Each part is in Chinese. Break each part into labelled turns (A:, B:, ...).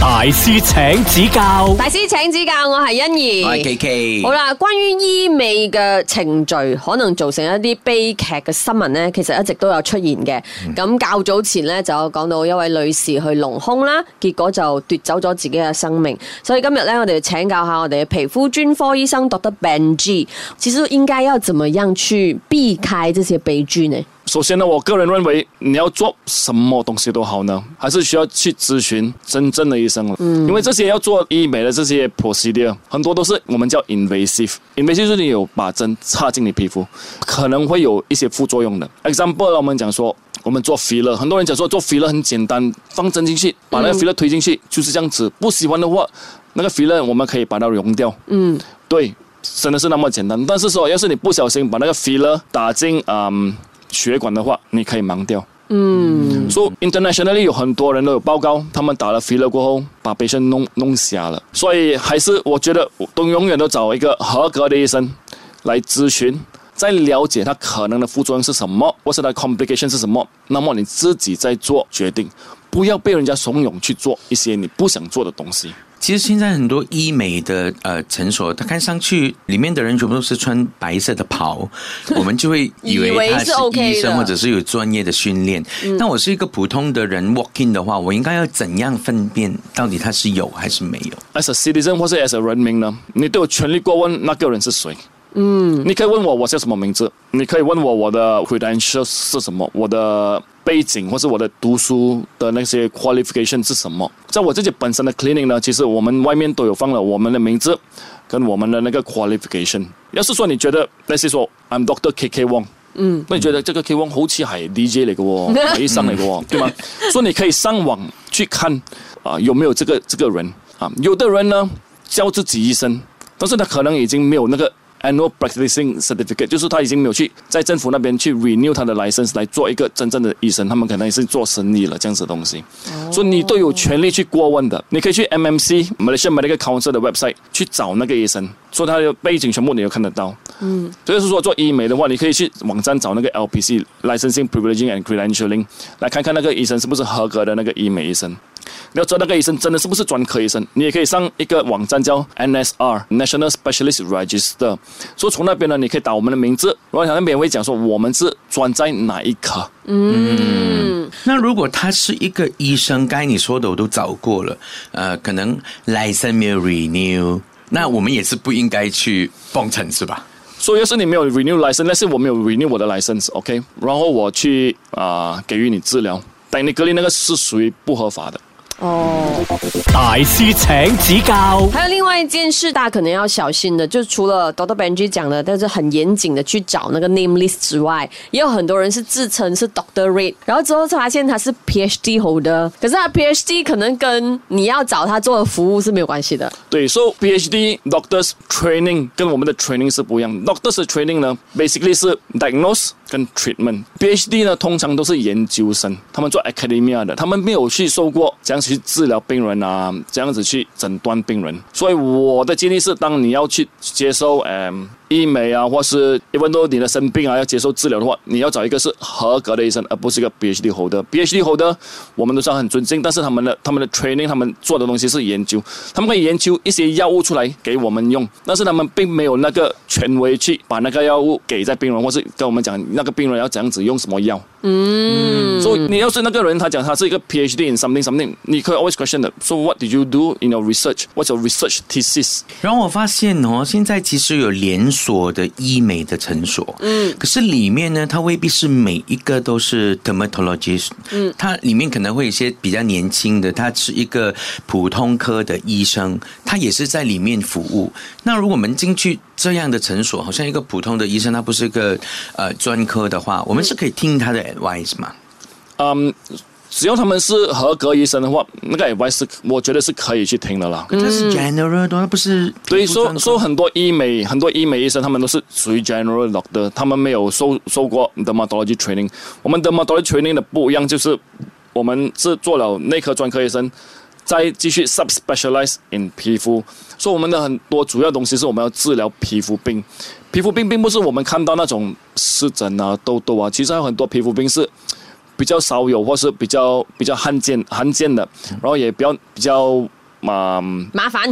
A: 大師請指教，
B: 大師請指教，我係欣
C: 我係
B: 怡。
C: K K。
B: 好啦，關於醫美嘅程序可能造成一啲悲劇嘅新聞呢，其實一直都有出現嘅。
C: 嗯
B: 咁較早前呢，就有講到一位女士去隆胸啦，結果就奪走咗自己嘅生命。所以今日呢，我哋請教下我哋嘅皮膚專科醫生 Dr. Benji，其實應該要怎麼樣去避開這些悲劇呢？
D: 首先呢，我个人认为你要做什么东西都好呢，还是需要去咨询真正的医生了。嗯，因为这些要做医美的这些 procedure，很多都是我们叫 invasive。invasive 就是你有把针插进你皮肤，可能会有一些副作用的。example 呢我们讲说。我们做 filler，很多人讲说做 filler 很简单，放针进去，把那个 filler 推进去，就是这样子。不喜欢的话，那个 filler 我们可以把它溶掉。嗯，对，真的是那么简单。但是说，要是你不小心把那个 filler 打进嗯血管的话，你可以盲掉。嗯，所以 internationally 有很多人都有报告，他们打了 filler 过后，把 patient 弄弄瞎了。所以还是我觉得，我都永远都找一个合格的医生来咨询。再了解它可能的副作用是什么，或是它的 complication 是什么，那么你自己再做决定，不要被人家怂恿去做一些你不想做的东西。
C: 其实现在很多医美的呃诊所，它看上去里面的人全部都是穿白色的 袍，我们就会以为
B: 以为
C: 他
B: 是
C: 是
B: OK
C: 医生
B: 的嗯
C: 或者是有专业的训练。那我是一个普通的人 walk in 的话，我应该要怎样分辨到底他是有还是没有？
D: as a citizen 或是 as a 人民呢，你都有权利过问那个人是谁。嗯，你可以问我我叫什么名字，你可以问我我的 credentials 是什么，我的背景或是我的读书的那些 qualification 是什么。在我自己本身的 clinic 呢，其实我们外面都有放了我们的名字跟我们的那个 qualification。要是说你觉得，那些说 I'm Doctor K K Wong。嗯，那你觉得这个 K Wong 好似系 DJ 嚟嘅 喎，系医生嚟嘅喎，哦对吗？所以你可以上网去看啊、有没有这个这个人啊？有的人呢叫自己医生，但是他可能已经没有那个 annual practicing certificate，就是他已经没有去在政府那边去 renew 他的 license 来做一个真正的医生，他们可能也是做生意了这样子的东西。所以你都有权利去过问的，你可以去 MMC Malaysia Medical Council 的 website 去找那个医生，说他的背景全部你都看得到。嗯，所以是说做医美的话，你可以去网站找那个 LPC Licensing Privileging and Credentialing 来看看那个医生是不是合格的那个医美医生。你要知道那个医生真的是不是专科医生，你也可以上一个网站叫 NSR National Specialist Register，所以从那边呢，你可以打我们的名字，然后他那边会讲说我们是专在哪一科。
C: 那如果他是一个医生，该你说的我都找过了，呃，可能 license 没有 renew，那我们也是不应该去奉承，是吧？
D: 所以要是你没有 renew license，但是我没有 renew 我的 license，OK，、然后我去啊、给予你治疗，但你隔离那个是属于不合法的。
B: 哦。
A: 大師請指教，
B: 还有另外一件事，大家可能要小心的，就是除了 Doctor Benji 讲的，但是很严谨的去找那个 name list 之外，也有很多人是自称是 Doctor Red，然后之后才发现他是 PhD holder，可是他 PhD 可能跟你要找他做的服务是没有关系的。
D: 对，so PhD doctors training 跟我们的 training 是不一样。doctors 的 training 呢，basically 是 diagnose 跟 treatment。PhD 呢，通常都是研究生，他们做 academia 的，他们没有去受过怎样去治疗病人啊，这样子去诊断病人。所以我的建议是，当你要去接受嗯医美啊，或是 even though 你的生病啊要接受治疗的话，你要找一个是合格的医生，而不是一个 PhD holder。PhD holder 我们都是很尊敬，但是他们的他们的 training，他们做的东西是研究，他们可以研究一些药物出来给我们用，但是他们并没有那个权威去把那个药物给在病人，或是跟我们讲那个病人要怎样子用什么药。所以你要是那个人，他讲他是一个 PhD in something something，你可以 always question 的。So what did you do in your research? What's your research thesis?
C: 然后我发现哦，现在其实有连锁的医美的诊所，嗯，可是里面呢，它未必是每一个都是 dermatologist，嗯，它里面可能会有一些比较年轻的，他是一个普通科的医生，他也是在里面服务。那如果我们进去这样的诊所，好像一个普通的医生，他不是一个呃专科的话，我们是可以听他的 advice 嘛？
D: 嗯，只要他们是合格医生的话，那个 advice 是我觉得是可以去听的啦。
C: 可他是 general 的，他不是
D: 所以
C: 皮肤专
D: 说
C: 科
D: 说很多医美很多医美医生他们都是属于 general doctor，他们没有受受过 dermatology training。我们 dermatology training 的不一样就是我们是做了内科专科医生，再继续 subspecialize in 皮肤，所以我们的很多主要东西是我们要治疗皮肤病。皮肤病并不是我们看到那种湿疹啊、痘痘啊，其实还有很多皮肤病是比较少有，或是比较比较罕见罕见的，然后也比较比较嘛、嗯
B: 麻烦。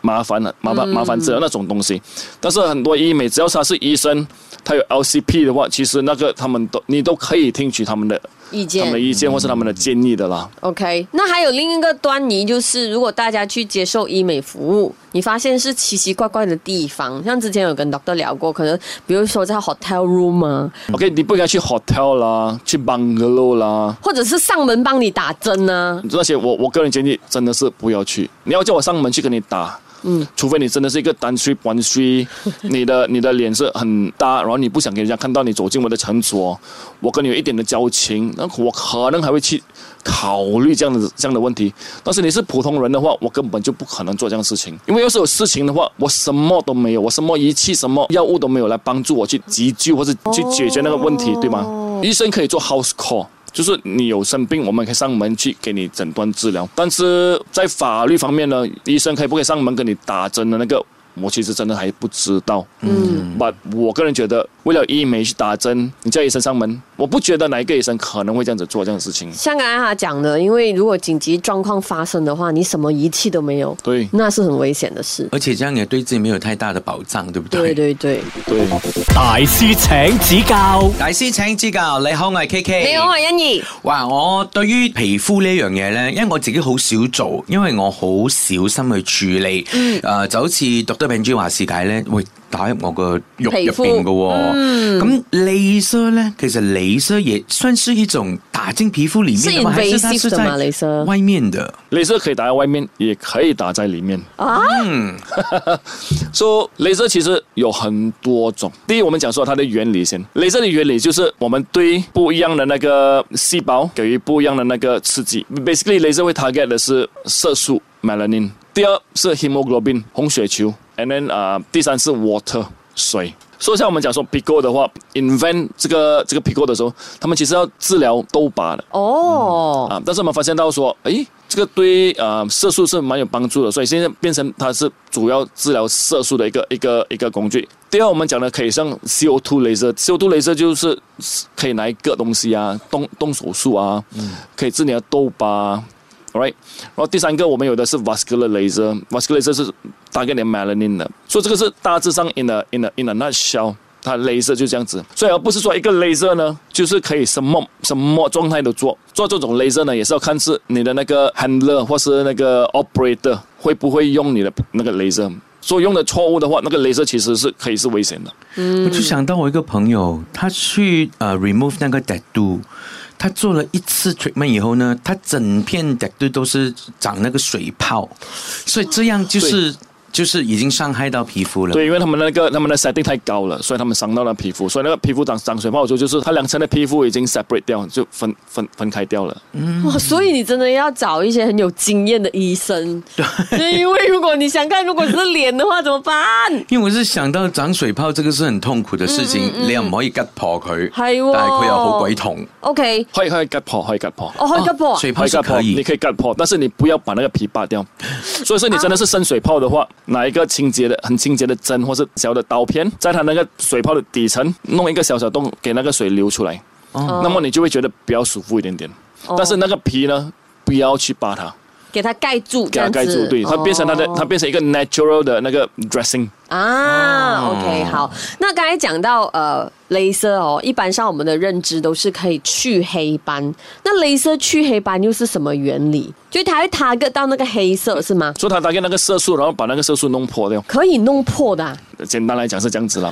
D: 麻烦了，麻烦麻烦治疗那种东西。但是很多医美，只要他是医生，他有 LCP 的话，其实那个他们都你都可以听取他们的
B: 意见
D: 他们的意见或是他们的建议的啦。
B: OK，那还有另一个端倪就是，如果大家去接受医美服务，你发现是奇奇怪怪的地方，像之前有跟 doctor 聊过，可能比如说在 hotel room 啊，
D: OK，你不应该去 hotel 啦，去 bungalow 啦。
B: 或者是上门帮你打针啊，
D: 那些我我个人建议真的是不要去。你要叫我上门去跟你打，嗯，除非你真的是一个单虚关虚，你的你的脸是很大，然后你不想给人家看到你走进我的场所，我跟你有一点的交情，那我可能还会去考虑这样的这样的问题。但是你是普通人的话，我根本就不可能做这样的事情，因为要是有事情的话，我什么都没有，我什么仪器、什么药物都没有来帮助我去急救或是去解决那个问题，对吗？医生可以做 house call。就是你有生病，我们可以上门去给你诊断治疗。但是在法律方面呢，医生可以不可以上门跟你打针的那个，我其实真的还不知道。嗯，不，我个人觉得，为了医美去打针，你叫医生上门，我不觉得哪一个医生可能会这样子做这样的事情。
B: 像刚才他讲的，因为如果紧急状况发生的话，你什么仪器都没有，
D: 对
B: 那是很危险的事。
C: 而且这样也对自己没有太大的保障，对不对？
B: 对对对，
D: 对。
A: 大师请指教，
C: 大師請指教，你好，我係 K K。
B: 你好，我係欣怡。
C: 哇！我對於皮膚呢樣嘢呢，因為我自己好少做，因為我好小心去處理。
B: 嗯
C: 誒、就好似 Dr. Benji 話事解呢，會打入我個肉入
B: 皮膚嗯
C: 邊嘅喎。咁 laser 呢，其實 laser 也算是一種打進皮膚裡面的嘛，
B: 是
C: 還是它是
B: invasive 的嘛
C: 在
B: laser
C: 外面的？
D: 镭射可以打在外面，也可以打在里面。
B: 啊，
D: 说镭射其实有很多种。第一，我们讲说它的原理先。镭射的原理就是我们对不一样的那个细胞给予不一样的那个刺激。Basically，镭射会 target 的是色素 melanin。第二是 hemoglobin 红血球，and then 啊、第三是 water 水。所以像我们讲说 Pico 的话，invent 这个这个 Pico 的时候，他们其实要治疗痘疤的。
B: 哦，
D: 啊，但是我们发现到说，诶，这个对呃色素是蛮有帮助的，所以现在变成它是主要治疗色素的一个一个一个工具。第二，我们讲的可以像 CO2 laser，CO2 laser 就是可以拿一个东西啊，动动手术啊，可以治疗痘疤啊。Alright，然后第三个我们有的是 vascular laser，vascular laser 是大概连 melanin 的，所以这个是大致上 in a in a in a nutshell，它 laser 就这样子。所以而不是说一个 laser 呢，就是可以什么什么状态都做。做这种 laser 呢，也是要看是你的那个 handler 或是那个 operator 会不会用你的那个 laser。所以用的错误的话，那个 laser 其实是可以是危险的。
B: 嗯
C: 我就想到我一个朋友，他去呃 remove 那个 tattoo，他做了一次 treatment 以后呢，他整片 tattoo 都是长那个水泡，所以这样就是就是已经伤害到皮肤了。
D: 对，因为他们那个他们的 setting 太高了，所以他们伤到了皮肤，所以那个皮肤长长水泡的时候，就是它两层的皮肤已经 separate 掉，就分分分开掉了。
B: 哇！所以你真的要找一些很有经验的医生，因为如果你想看，如果是脸的话怎 么办？
C: 因为我是想到长水泡這個是很痛苦的事情，你又唔可以吉破佢，
B: 嗯係喎
C: 但係佢又好鬼痛。
B: 哦 OK，
D: 可以可以割破，可以割破。
B: 我開急波啊，
C: 水泡
D: 可以
C: 是
D: 割破，
C: 可
D: 你
C: 以，
D: 可以割破，但是你不要把那个皮拔 掉。所以说，你真的是生水泡的话，拿一个清洁的、很清洁的针或是小的刀片，在它那个水泡的底层弄一个小小洞，给那个水流出来。
B: 哦
D: 那么你就会觉得比较舒服一点点。但是那个皮呢，不要去扒它，
B: 给它盖住，
D: 给它盖
B: 这样
D: 住，
B: 子
D: 对，它变成它的，
B: 哦
D: 它变成一个 natural 的那个 dressing。
B: 啊、o
D: 哦
B: k 好。那刚才讲到呃，镭射哦，一般上我们的认知都是可以去黑斑。那镭射去黑斑又是什么原理？就是它会 target 到那个黑色是吗？
D: 所以它大概那个色素，然后把那个色素弄破掉。
B: 可以弄破的啊、
D: 简单来讲是这样子啦。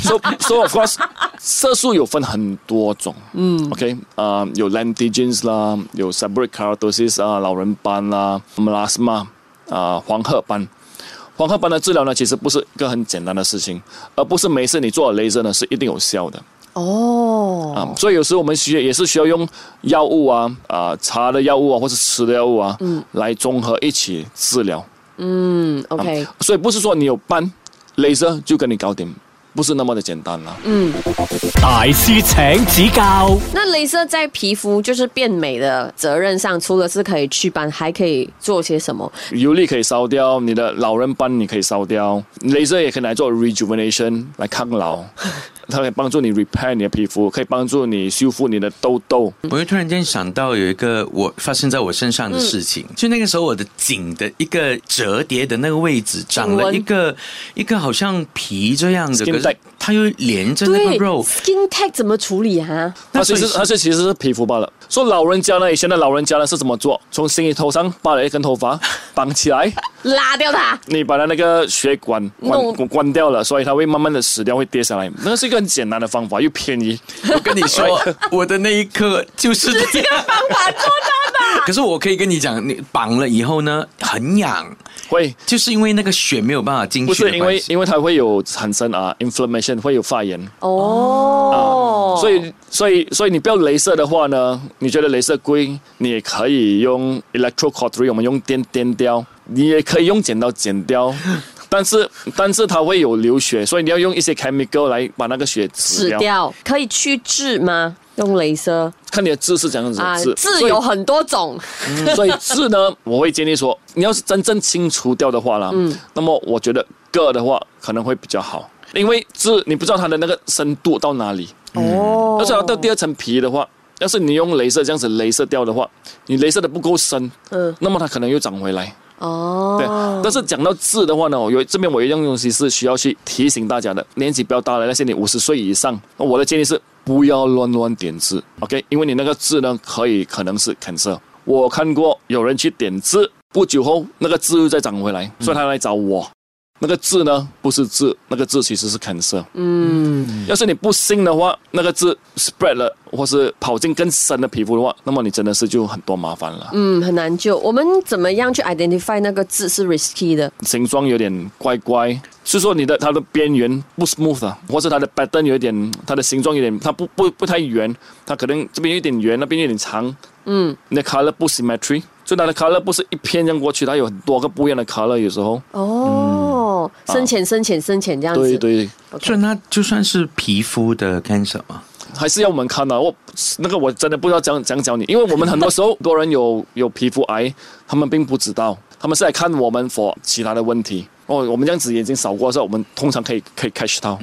D: so so of course，色素有分很多种。嗯，OK，啊、有 lantigens 啦，有 seborrheic keratosis 啊，老人斑啦，melasma 啊、黄褐斑。黄褐斑的治疗呢，其实不是一个很简单的事情，而不是每次你做了镭射呢是一定有效的。
B: 哦、
D: 啊、所以有时我们需也是需要用药物啊、啊、擦的药物啊，或是吃的药物啊，来综合一起治疗。
B: 嗯，OK，
D: 所以不是说你有斑，镭射就跟你搞定。不是那么的简单了。
A: 大师请指教，
B: 那镭射在皮肤就是变美的责任上，除了是可以祛斑，还可以做些什么？
D: 油粒可以烧掉，你的老人斑你可以烧掉，镭射也可以来做 rejuvenation 来 抗老，它可以帮助你 repair 你的皮肤，可以帮助你修复你的痘痘。
C: 我又突然间想到有一个我发生在我身上的事
D: 嗯
C: 情，就那个时候我的颈的一个折叠的那个位置长了一个一个好像皮这样的，
D: Skin
C: 可
D: tight
C: 是它又连着那个
B: 对
C: 肉，
B: ，skin tag 怎么处理啊？
D: 它
C: 那所
D: 其
C: 以
D: 实
C: 是
D: 它是其实是皮肤罢了。说老人家呢，以前的老人家呢是怎么做？从自己头上拔了一根 头发，绑起来，
B: 拉掉它，
D: 你把它那个血管
B: 弄
D: 关关关掉了，所以它会慢慢的死掉，会跌下来。那是一个很简单的方法，又便宜。
C: 我跟你 说，我的那一刻就是这个方法做到的。可是我可以跟你讲，你绑了以后呢，很痒，
D: 会
C: 就是因为那个血没有办法进
D: 不
C: 去
D: 是
C: 的
D: 因
C: 关
D: 为
C: 系。
D: 因为它会有产生啊 inflammation 会有发炎，
B: 哦，
D: 所以所以所以你不要镭射的话呢，你觉得镭射贵，你也可以用 electro cautery，我们用电电雕，你也可以用剪刀剪掉。但是，但是它会有流血，所以你要用一些 chemical 来把那个血止
B: 死
D: 掉。
B: 掉可以去痣吗？用镭射
D: 看你的痣是怎样子的
B: 啊，
D: 痣，
B: 痣有很多种，
D: 所以痣呢，我会建议说，你要是真正清除掉的话啦，那么我觉得个的话可能会比较好，因为痣你不知道它的那个深度到哪里，
B: 哦
D: 要是它到第二层皮的话。要是你用镭射这样子镭射掉的话，你镭射的不够深，
B: 嗯
D: 那么它可能又长回来。对，
B: 哦，
D: 但是讲到痣的话呢，哦我有这边我有一样东西是需要去提醒大家的，年纪比较大的那些你五十岁以上，那我的建议是不要乱乱点痣，OK？因为你那个痣呢，可以可能是 cancer。我看过有人去点痣，不久后那个痣又再长回来，所以他来找我。那个痣呢，不是痣，那个痣其实是 cancer。嗯，要是你不信的话，那个痣 spread 了，或是跑进更深的皮肤的话，那么你真的是就很多麻烦了。
B: 嗯，很难救。我们怎么样去 identify 那个痣是 risky 的？
D: 形状有点怪怪，是说你的它的边缘不 smooth 啊，或是它的 pattern 有点，它的形状有点，它不不不太圆，它可能这边有点圆，那边有点长。嗯，你的 color 不 symmetry，所以它的 color 不是一片这样过去，它有很多个不一样的 color，有时候。
B: 哦，深浅深浅深浅这样
D: 对
B: 子，
D: 对，
C: 所以那就算是皮肤的 cancer 嘛，
D: 还是要我们看的、啊我那个我真的不知道讲讲讲你，因为我们很多时候很多人有有皮肤癌，他们并不知道，他们是来看我们 for 其他的问题。哦，我们这样子眼睛扫过的时候，我们通常可以可以 catch 到。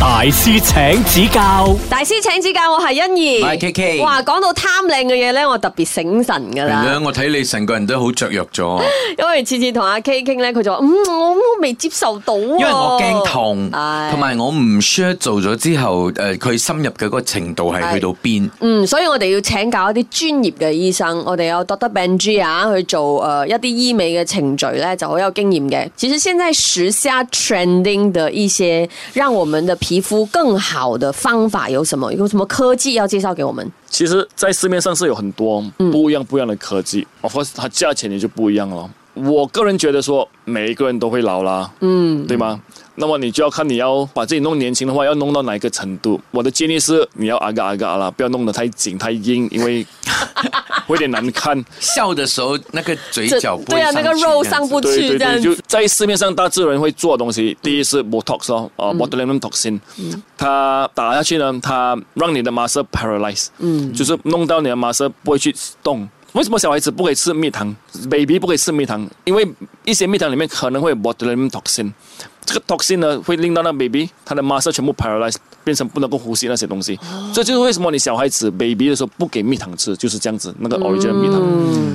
A: 大师请指教，
B: 大師請指教，我係欣怡。
C: 係 KK
B: 哇，講到貪靚嘅嘢咧，我特別醒神㗎啦，
C: 我睇你成個人都好雀躍咗，
B: 因為次次同阿 K 傾咧，佢就話：嗯，我我未接受到、喎。
C: 因為我驚痛，
B: 係
C: 同埋我唔 sure 做咗之後，誒佢深入嘅嗰個程度係去到邊。
B: 嗯，所以我哋要請教一啲專業嘅醫生，我哋有 Dr. Benji 啊去做誒、呃一啲醫美嘅程序咧，就好有經驗嘅。其實現在時下 trending 的一些讓我們的皮膚更好的方法有什麼？有什麼科技要介紹給我們？
D: 其实，在市面上是有很多不一样、不一样的科技、o f course，它价钱也就不一样了。我个人觉得说，每一个人都会老啦，嗯，对吗？那么你就要看你要把自己弄年轻的话，要弄到哪一个程度。我的建议是，你要阿嘎阿嘎啦，不要弄得太紧太硬，因为 会有点难看。
C: 笑的时候，那個嘴角不會
B: 對啊，那個
C: 上去
B: 肉
C: 這樣
B: 上
C: 子
B: 不去，
D: 对对
B: 這樣
D: 对，
B: 子
D: 就在市面上大自然会做的东西，第一是 botox 哦，
B: 嗯
D: 啊 botulinum toxin，它打下去呢，它让你的 muscle paralyze，嗯，就是弄到你的 muscle 不会去动。为什么小孩子不可以吃蜜糖？baby 不可以吃蜜糖，因为一些蜜糖里面可能会有 botulinum toxin。这个 toxin 呢，会令到那 baby 他的 muscle 全部 paralyze，变成不能够呼吸那些东西。
B: 哦
D: 这就是为什么你小孩子 baby 的时候不给蜜糖吃，就是这样子。
B: 嗯
D: 那个 original 蜜糖，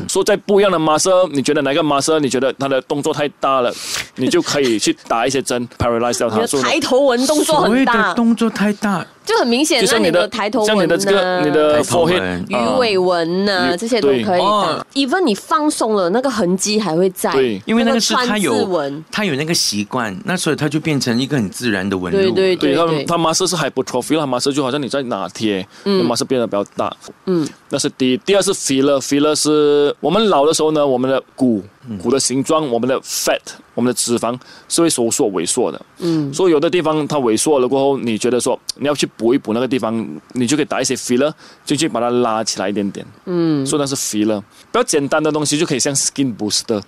D: 说在不一样的 muscle，你觉得哪个 muscle 你觉得他的动作太大了， 你就可以去打一些针 paralyze 掉
B: 你
D: 它。
B: 的
D: 所以呢
B: 抬头纹动作
C: 所
B: 很
C: 謂
B: 大
C: 的，动作太大，
B: 就很明显。
D: 就
B: 那
D: 像
B: 啊
D: 你
B: 你
D: 的
B: 的抬头
D: 像你
B: 纹
D: 的这个
B: 啊
D: 你的
C: 抬头
D: forehead
C: 纹
B: 鱼尾纹呐、
D: 鱼
B: 这些都可以打。
D: 对
C: 哦
B: even 你放松了，那个痕迹还会在。
D: 对
C: 因为那个是他
B: 川字
C: 有
B: 纹。
C: 他有那个习惯，那所以他就变成一个很自然的纹路了。
B: 对
D: 对他
B: 对
D: 他 muscle 是 hypertrophy，他 muscle 就好像你在拿铁，嗯，muscle 变得比较大，嗯，那是第一。第二是 filler，filler 是我们老的时候呢，我们的骨骨的形状，我们的 fat 我们的脂肪是会收缩萎缩的。嗯，所以有的地方它萎缩了过后，你觉得说你要去补一补那个地方，你就可以打一些 filler 进去把它拉起来一点点。嗯，所以那是 filler，比较简单的东西就可以像 skin booster。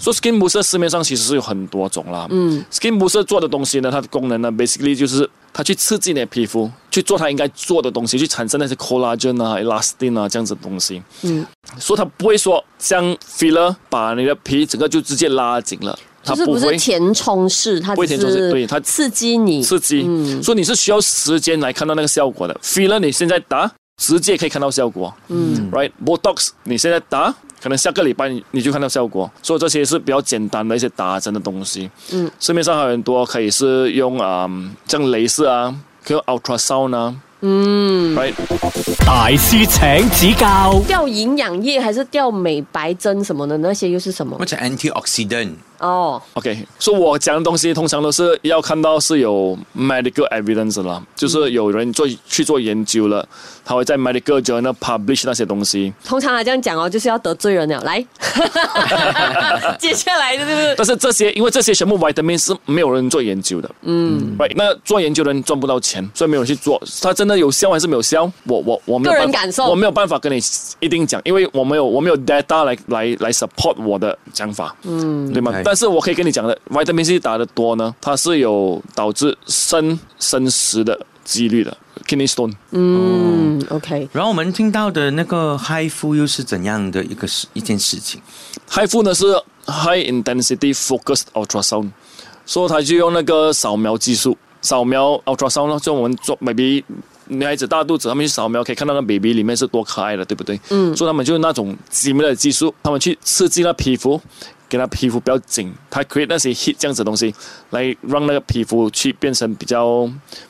D: 说 skin booster 市面上其实是有很多种啦。嗯，skin booster 做的东西呢，它的功能呢，basically 就是它去刺激你的皮肤，去做它应该做的东西，去产生那些 collagen 啊、elastin 啊这样子的东西。嗯，所以它不会说像 filler 把你的皮整个就直接拉紧了，它
B: 就是
D: 不
B: 不
D: 会
B: 是填充式，它
D: 不会
B: 只
D: 填充式
B: 是
D: 对它
B: 刺激你，
D: 刺激。所以你是需要时间来看到那个效果的。filler 你现在打，直接可以看到效果。嗯，right，botox 你现在打。可能下个礼拜你你就看到效果，所以这些是比较简单的一些打针的东西。嗯，市面上还有很多可以是用啊、嗯像镭射啊，可以用 ultrasound 啊，嗯，right，
A: 大师请指教，
B: 掉营养液还是掉美白针什么的，那些又是什么
C: 或？者 antioxidant，
B: 哦，
D: OK，所、以我讲的东西通常都是要看到是有 medical evidence 啦，就是有人做去做研究了，他会在 medical journal publish 那些东西。
B: 通常啊这样讲哦，就是要得罪人了。来， 接下来就是
D: 但是这些，因为这些全部 vitamin 是没有人做研究的，嗯，right，那做研究的人赚不到钱，所以没有人去做。它真的有效还是没有效？我我我没有
B: 个
D: 办
B: 人
D: 法，
B: 感受
D: 我没有办法跟你一定讲，因为我没有我没有 data 来来来 support 我的讲法，嗯，对吗
C: 明白？
D: 但是我可以跟你讲的，vitamin C 打的多呢，它是有导致生生石的几率的，kidney stone。
B: 嗯，OK，
C: 然后我们听到的那个 high f 又是怎样的一个事一件事情？
D: high f 呢是 high intensity focused ultrasound，所以它就用那个扫描技术扫描 ultrasound 咯，就我们做 maybe 女孩子大肚子，他们去扫描可以看到那 baby 里面是多可爱的，对不对？嗯，所以他们就是那种精密的技术，他们去刺激那皮肤。给它皮肤比较紧，它 create 那些 heat 这样子的东西，来让那个皮肤去变成比较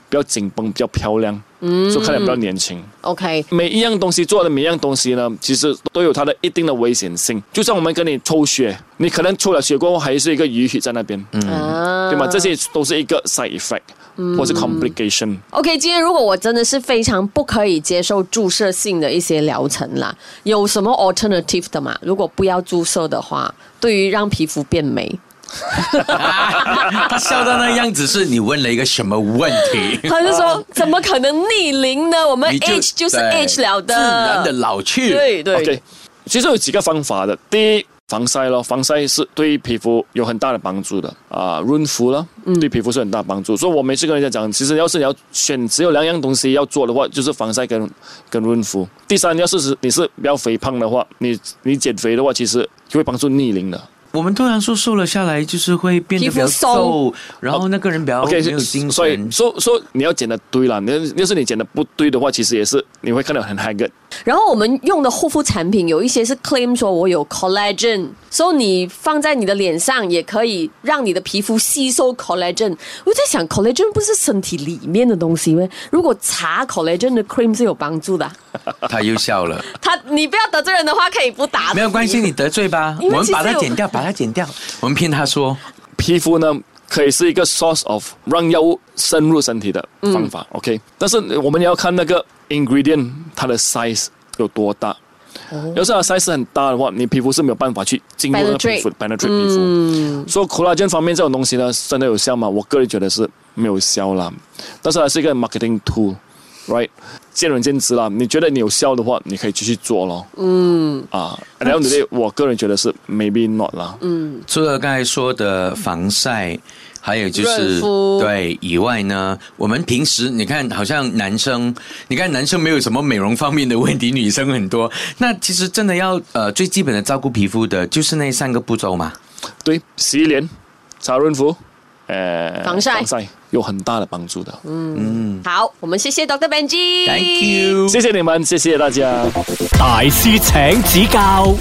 D: 比较紧绷、比较漂亮，嗯，所以看起来比较年轻。
B: OK，
D: 每一样东西做的每一样东西呢，其实都有它的一定的危险性。就像我们跟你抽血，你可能抽了血过后还是一个淤血在那边，
B: 啊
D: 对吗？这些都是一个 side effect、或是 complication。
B: OK，今天如果我真的是非常不可以接受注射性的一些疗程啦，有什么 alternative 的嘛？如果不要注射的话，对于让皮肤变美，
C: 他笑到那样子，是你问了一个什么问
D: 嗯
C: 题？
B: 他就
D: 呃
B: 说怎么可能逆龄呢？我们
C: 你
B: age 就是
C: 对
B: age 了的，
C: 自然的老去。
B: 对对
D: OK，其实有几个方法的。第一，防晒咯，防晒是对皮肤有很大的帮助的啊，润肤了，
C: 嗯
D: 对皮肤是很大帮助。所以我每次跟人家讲，其实要是你要选只有两样东西要做的话，就是防晒跟跟润肤。第三，要是是你是比较肥胖的话，你你减肥的话，其实就会帮助逆龄的。
C: 我们通常说瘦了下来，就是会变得比较
B: 皮肤松
C: 瘦，然后那个人比较哦没
D: 哦 OK，
C: 有精
D: 所以
C: 神。
D: 说说你要减的对啦，你要要是你减的不对的话，其实也是你会看到很 haggard。
B: 然后我们用的护肤产品有一些是 claim 说我有 collagen，所以你放在你的脸上也可以让你的皮肤吸收 collagen。我在想 collagen 不是身体里面的东西吗？如果查 collagen 的 cream 是有帮助的啊、
C: 他又笑了，
B: 他你不要得罪人的话，可以不打。
C: 没有关系，你得罪吧，
B: 因
C: 我
B: 为
C: 们
B: 其实
C: 把它
B: 有
C: 剪掉，把它剪 掉，我们骗他说。
D: 皮肤呢，可以是一个 source of 让药物深入身体的方法。OK，但是我们也要看那个 ingredient 它的 size 有多大。要是它 size 很大的话，你皮肤是没有办法去进入那个皮肤 penetrate 嗯皮肤。所以 collagen 方面这种东西呢，真的有效吗？我个人觉得是没有效啦，但是它是一个 marketing tool。Right，见仁见智啦。你觉得你有效的话，你可以继续做咯。嗯啊，然后你的我个人觉得是 maybe not 啦。
C: 除了刚才说的防晒，还有就是
B: 润肤
C: 对以外呢，我们平时你看好像男生，你看男生没有什么美容方面的问题，女生很多。那其实真的要呃最基本的照顾皮肤的，就是那三个步骤嘛。
D: 对，洗脸、擦润肤，呃，
B: 防晒嗯
D: 防晒有很大的帮助的。
B: 好，我们谢谢 Dr. Benji。
C: Thank you。
D: 谢谢你们，谢谢大家。
A: 大师请指教。